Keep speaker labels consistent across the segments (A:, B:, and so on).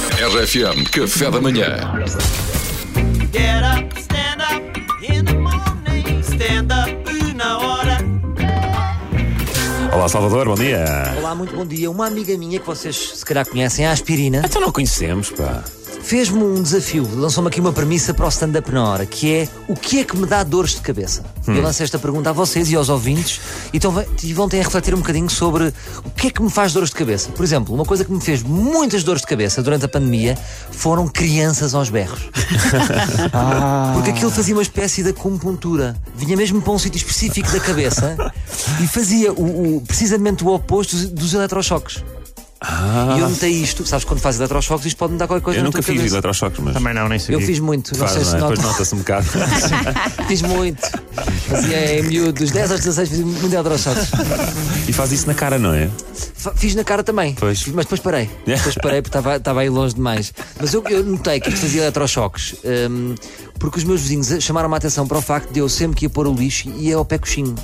A: RFM, café da manhã.
B: Get up, stand up in the morning. Stand up na hora.
C: Olá Salvador, bom dia.
D: Olá, muito bom dia. Uma amiga minha que vocês se calhar conhecem, a Aspirina,
C: Então não conhecemos, pá.
D: fez-me um desafio, lançou-me aqui uma premissa para o stand-up na hora, que é o que é que me dá dores de cabeça? Eu lancei esta pergunta a vocês e aos ouvintes então ve- e vão ter a refletir um bocadinho sobre o que é que me faz dores de cabeça. Por exemplo, uma coisa que me fez muitas dores de cabeça durante a pandemia foram crianças aos berros.
C: Ah.
D: Porque aquilo fazia uma espécie de acupuntura. Vinha mesmo para um sítio específico da cabeça e fazia o, o- precisamente o oposto dos, dos eletrochoques. E eu notei isto, sabes quando fazes eletrochoques, isto pode me dar qualquer coisa
C: Ah. Eu
D: na
C: nunca
D: tua
C: fiz
D: cabeça.
C: eletrochoques, mas.
E: Também não, nem sei.
D: Eu fiz muito, não
C: Faz,
D: sei se
C: não é?
D: nota.
C: Depois nota-se um bocado.
D: Fiz muito. Fazia em miúdo, dos 10 aos 16, fiz muito eletrochoques.
C: e faz isso na cara, não é?
D: Fa- Fiz na cara também,
C: Pois.
D: mas depois parei. Depois parei porque estava- estava aí longe demais. Mas eu, eu notei que isto fazia eletrochoques hum, porque os meus vizinhos chamaram a atenção para o facto de eu sempre que ia pôr o lixo ia ao pé coxinho.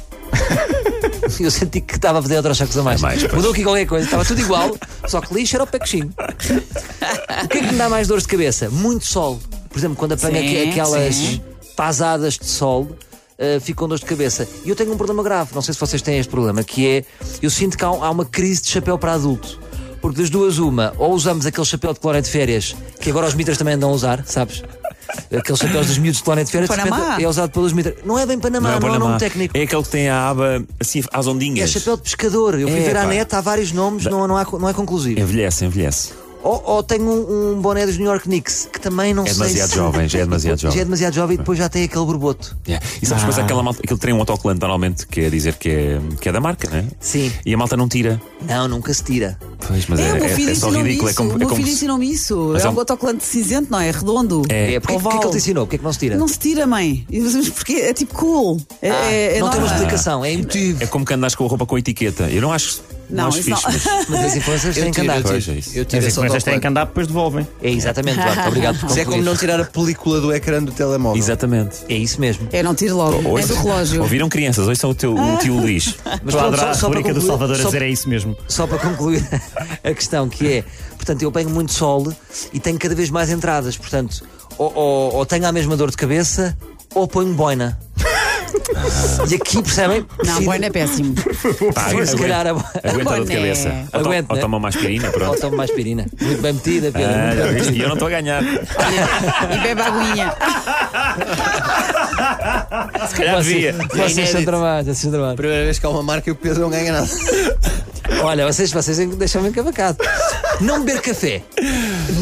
D: Eu senti que estava a fazer eletrochoques a mais.
C: A mais, pois.
D: Mudou aqui qualquer coisa, estava tudo igual, só que lixo era ao pé coxinho. O que é que me dá mais dores de cabeça? Muito sol. Por exemplo, quando apanho
F: Sim,
D: aqu- aquelas
F: sim.
D: pasadas de sol, eh, ficam fico com dores de cabeça. E eu tenho um problema grave, não sei se vocês têm este problema, que é eu sinto que há, um- há uma crise de chapéu para adulto. Porque das duas, uma, ou usamos aquele chapéu de colónia de férias, que agora os mitras também andam a usar, sabes? Aqueles chapéus dos miúdos de colónia de férias, de
F: Panamá.
D: repente é usado pelos mitras. Não é bem Panamá, não, é um
C: Panamá.
D: nome técnico.
C: É aquele que tem a aba assim às
D: É
C: ondinhas.
D: chapéu de pescador. Eu fui
C: É,
D: ver à
C: pá.
D: neta, há vários nomes, não, não, há- não é conclusivo.
C: Envelhece, envelhece.
D: Ou, ou tenho um, um boné dos New York Knicks que também não
C: É
D: sei.
C: demasiado
D: se...
C: jovem, já é demasiado
D: Já
C: jovem.
D: é demasiado jovem e depois já tem aquele borboto.
C: É. E sabes, depois há aquela malta, aquele trem um autocolante normalmente que é dizer que é, que é da marca, não é?
D: Sim.
C: E a malta não tira.
D: Não, nunca se tira.
C: Pois, mas
F: É,
C: é,
F: o meu filho
C: é só
F: ensinou-me
C: ridículo. É
F: isso.
C: como,
F: o
C: é
F: meu
C: como
F: filho
C: se-
F: ensinou-me isso.
C: Mas
F: É
C: há
F: um
C: um-
F: autocolante cinzento, não é? Redondo.
C: É,
D: É, porque o que é que
F: Oval.
D: ele te ensinou? Porque é que não se tira?
F: Não se tira, mãe. E dizemos porque é tipo cool. É, é- é
D: Ah, não tem uma
F: normal.
D: explicação, é emotivo.
C: é como que andas com a roupa com etiqueta. Eu não acho.
F: Não,
C: acho
F: isso
C: fixe,
F: não.
C: mas-
D: Mas as influências têm que andar.
C: Pois é isso.
G: Eu
E: As
G: tirei só
E: influências têm que
G: autocolante.
E: andar, depois devolvem.
D: É exatamente, Duarte. Obrigado por
G: Isso é como
D: concluir.
G: não tirar a película do ecrã do telemóvel.
C: Exatamente.
D: É isso mesmo.
F: É não tiro logo. é do relógio.
C: Ouviram crianças? Hoje são o teu o tio Luís.
D: Mas
E: Estou a
D: pronto,
E: adorar a
D: só- só para
E: rubrica do
D: concluir-
E: Salvador a
D: só-
E: dizer é isso mesmo.
D: Só para concluir a questão que é, portanto, eu apanho muito sol e tenho cada vez mais entradas, portanto, ou, ou- ou tenho a mesma dor de cabeça ou ponho boina. E aqui, percebem?
F: Não,
D: Prefiro-
F: bueno, é péssimo.
C: Pá,
D: Foi, se
C: aguenta-
D: calhar, a-
C: Aguenta a dor de
F: Boné.
C: cabeça. Ou to-
D: Aguenta,
C: Ou
D: né?
C: toma mais pirina,
D: Ou
C: pronto.
D: tomo mais aspirina. Muito bem metida, Pedro.
C: Ah,
D: muito
C: já
D: bem
C: viste?
D: metida.
C: E eu não estou a ganhar. Se
F: e bebe aguinha.
C: calhar devia.
D: Vocês são tramados, vocês são tramados.
G: Primeira vez que há uma marca e o Pedro não ganha nada.
D: Olha, vocês, vocês é deixam-me encavacado. Não beber café.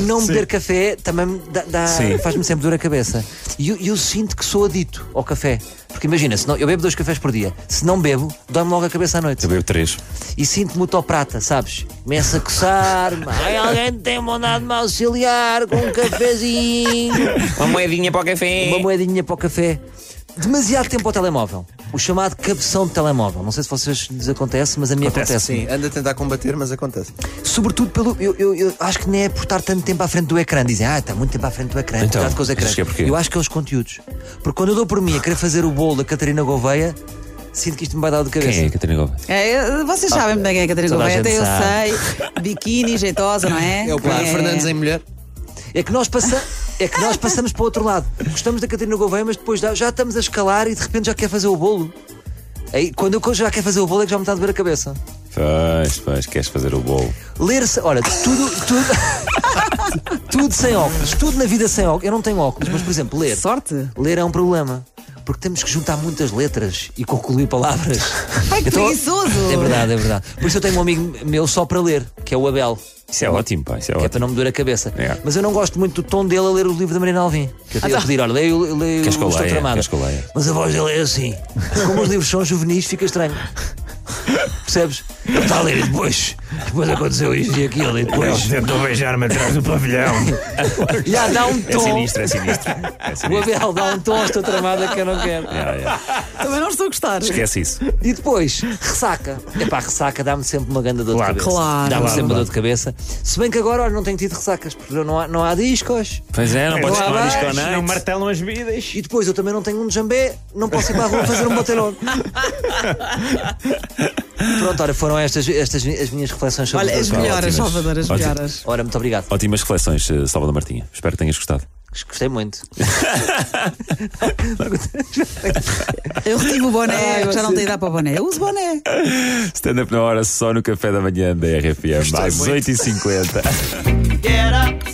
D: Não beber café também me dá- dá-
C: Sim.
D: faz-me sempre dor a cabeça. E eu, eu sinto que sou adito ao café. Porque imagina, se não, eu bebo dois cafés por dia. Se não bebo, dói-me logo a cabeça à noite.
C: Eu bebo três.
D: E sinto-me autoprata, sabes? Começa a coçar-me. Ai, alguém tem mandado me auxiliar com um cafezinho.
H: Uma moedinha para o café.
D: uma moedinha para o café. Demasiado tempo ao telemóvel. O chamado cabeção de telemóvel. Não sei se vocês lhes acontece, mas a mim acontece.
G: Sim, anda a tentar combater, mas acontece.
D: Sobretudo pelo. Eu, eu- eu acho que nem é por estar tanto tempo à frente do ecrã. Dizem, ah, está muito tempo à frente do ecrã.
C: Então,
D: cuidado com os
C: mas
D: ecrãs.
C: que é porquê?
D: eu acho que é os conteúdos. Porque quando eu dou por mim a querer fazer o bolo da Catarina Gouveia, sinto que isto me vai dar de cabeça.
C: Quem é, Catarina Gouveia?
F: É, vocês sabem bem quem é a Catarina
D: Toda a
F: Gouveia,
D: gente
F: até eu
D: sabe.
F: sei. Biquíni, jeitosa, não é?
G: É o Pedro Fernandes em mulher.
D: É que nós passamos. É que nós passamos para o outro lado. Gostamos da Catarina Gouveia, mas depois já, já estamos a escalar e de repente já quer fazer o bolo. Aí, quando eu já quer fazer o bolo é que já me está a doer a cabeça.
C: Pois, pois, queres fazer o bolo.
D: Ler se Olha, tudo, tudo, tudo sem óculos, tudo na vida sem óculos. Eu não tenho óculos, mas por exemplo, ler.
F: Sorte.
D: Ler é um problema. Porque temos que juntar muitas letras e concluir palavras.
F: Ai, que
D: Então-
F: preguiçoso.
D: É verdade, é verdade. Por isso eu tenho um amigo meu só para ler, que é o Abel,
C: Isso é ótimo, pá. Isso é
D: que é
C: ótimo.
D: para não me doer a cabeça.
C: É.
D: Mas eu não gosto muito do tom dele a ler o livro da Marina Alvim. Ah, tá. Que eu tenho a pedir, olha, leio, leio
C: Queres que eu
D: Estou
C: leia?
D: Tramada.
C: Queres que eu leia?
D: Mas a voz dele é assim. Como os livros são juvenis, fica estranho. Percebes? Ele Está a ler e depois. Depois aconteceu isto e aquilo e depois.
E: Tentou beijar-me atrás do pavilhão.
D: Já dá um
C: É
D: tom.
C: sinistro, é sinistro. É
D: o
C: sinistro.
D: Abel dá um tom à tua tramada que eu não quero.
C: Yeah, yeah.
F: Também não estou a gostar.
C: Ah, é. Esquece isso.
D: E depois, ressaca. Epá, ressaca dá-me sempre uma grande dor
E: Claro.
D: de cabeça.
F: Claro.
D: Dá-me
F: Claro,
D: sempre uma dor de cabeça. Se bem que agora olha, não tenho tido ressacas, porque não há, não há discos.
C: Pois é, não podes
D: Não há
C: tomar disco à
D: baixo,
E: Não
C: noite.
E: martelam as vidas.
D: E depois eu também não tenho um jambé, não posso ir para a rua fazer um botelhão. Pronto, ora, foram estas, estas mi- as minhas reflexões sobre
F: Olha, é
D: o
F: as
D: Dragão.
F: melhoras,
C: ótimas.
F: Salvador, as
C: Ótimas.
F: melhoras.
D: Ora, muito obrigado.
C: Ótimas reflexões, eh, Salvador Martinha. Espero que tenhas gostado.
D: Gostei muito.
F: Eu retive o boné,
E: Ai,
F: já não
E: você-
F: tenho idade para o boné. Eu uso boné.
C: Stand-up na hora, só no café da manhã da RFM, às 8h50.
B: Get up,